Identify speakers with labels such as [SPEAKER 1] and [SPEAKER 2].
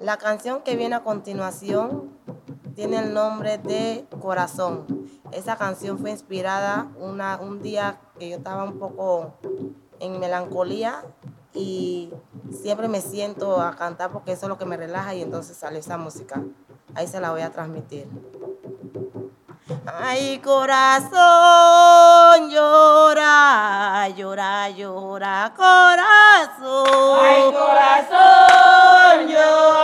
[SPEAKER 1] La canción que viene a continuación tiene el nombre de Corazón. Esa canción fue inspirada una, un día que yo estaba un poco en melancolía y siempre me siento a cantar porque eso es lo que me relaja y entonces sale esa música. Ahí se la voy a transmitir. Ay, corazón, llora, llora, llora, corazón.
[SPEAKER 2] Ay, corazón, llora.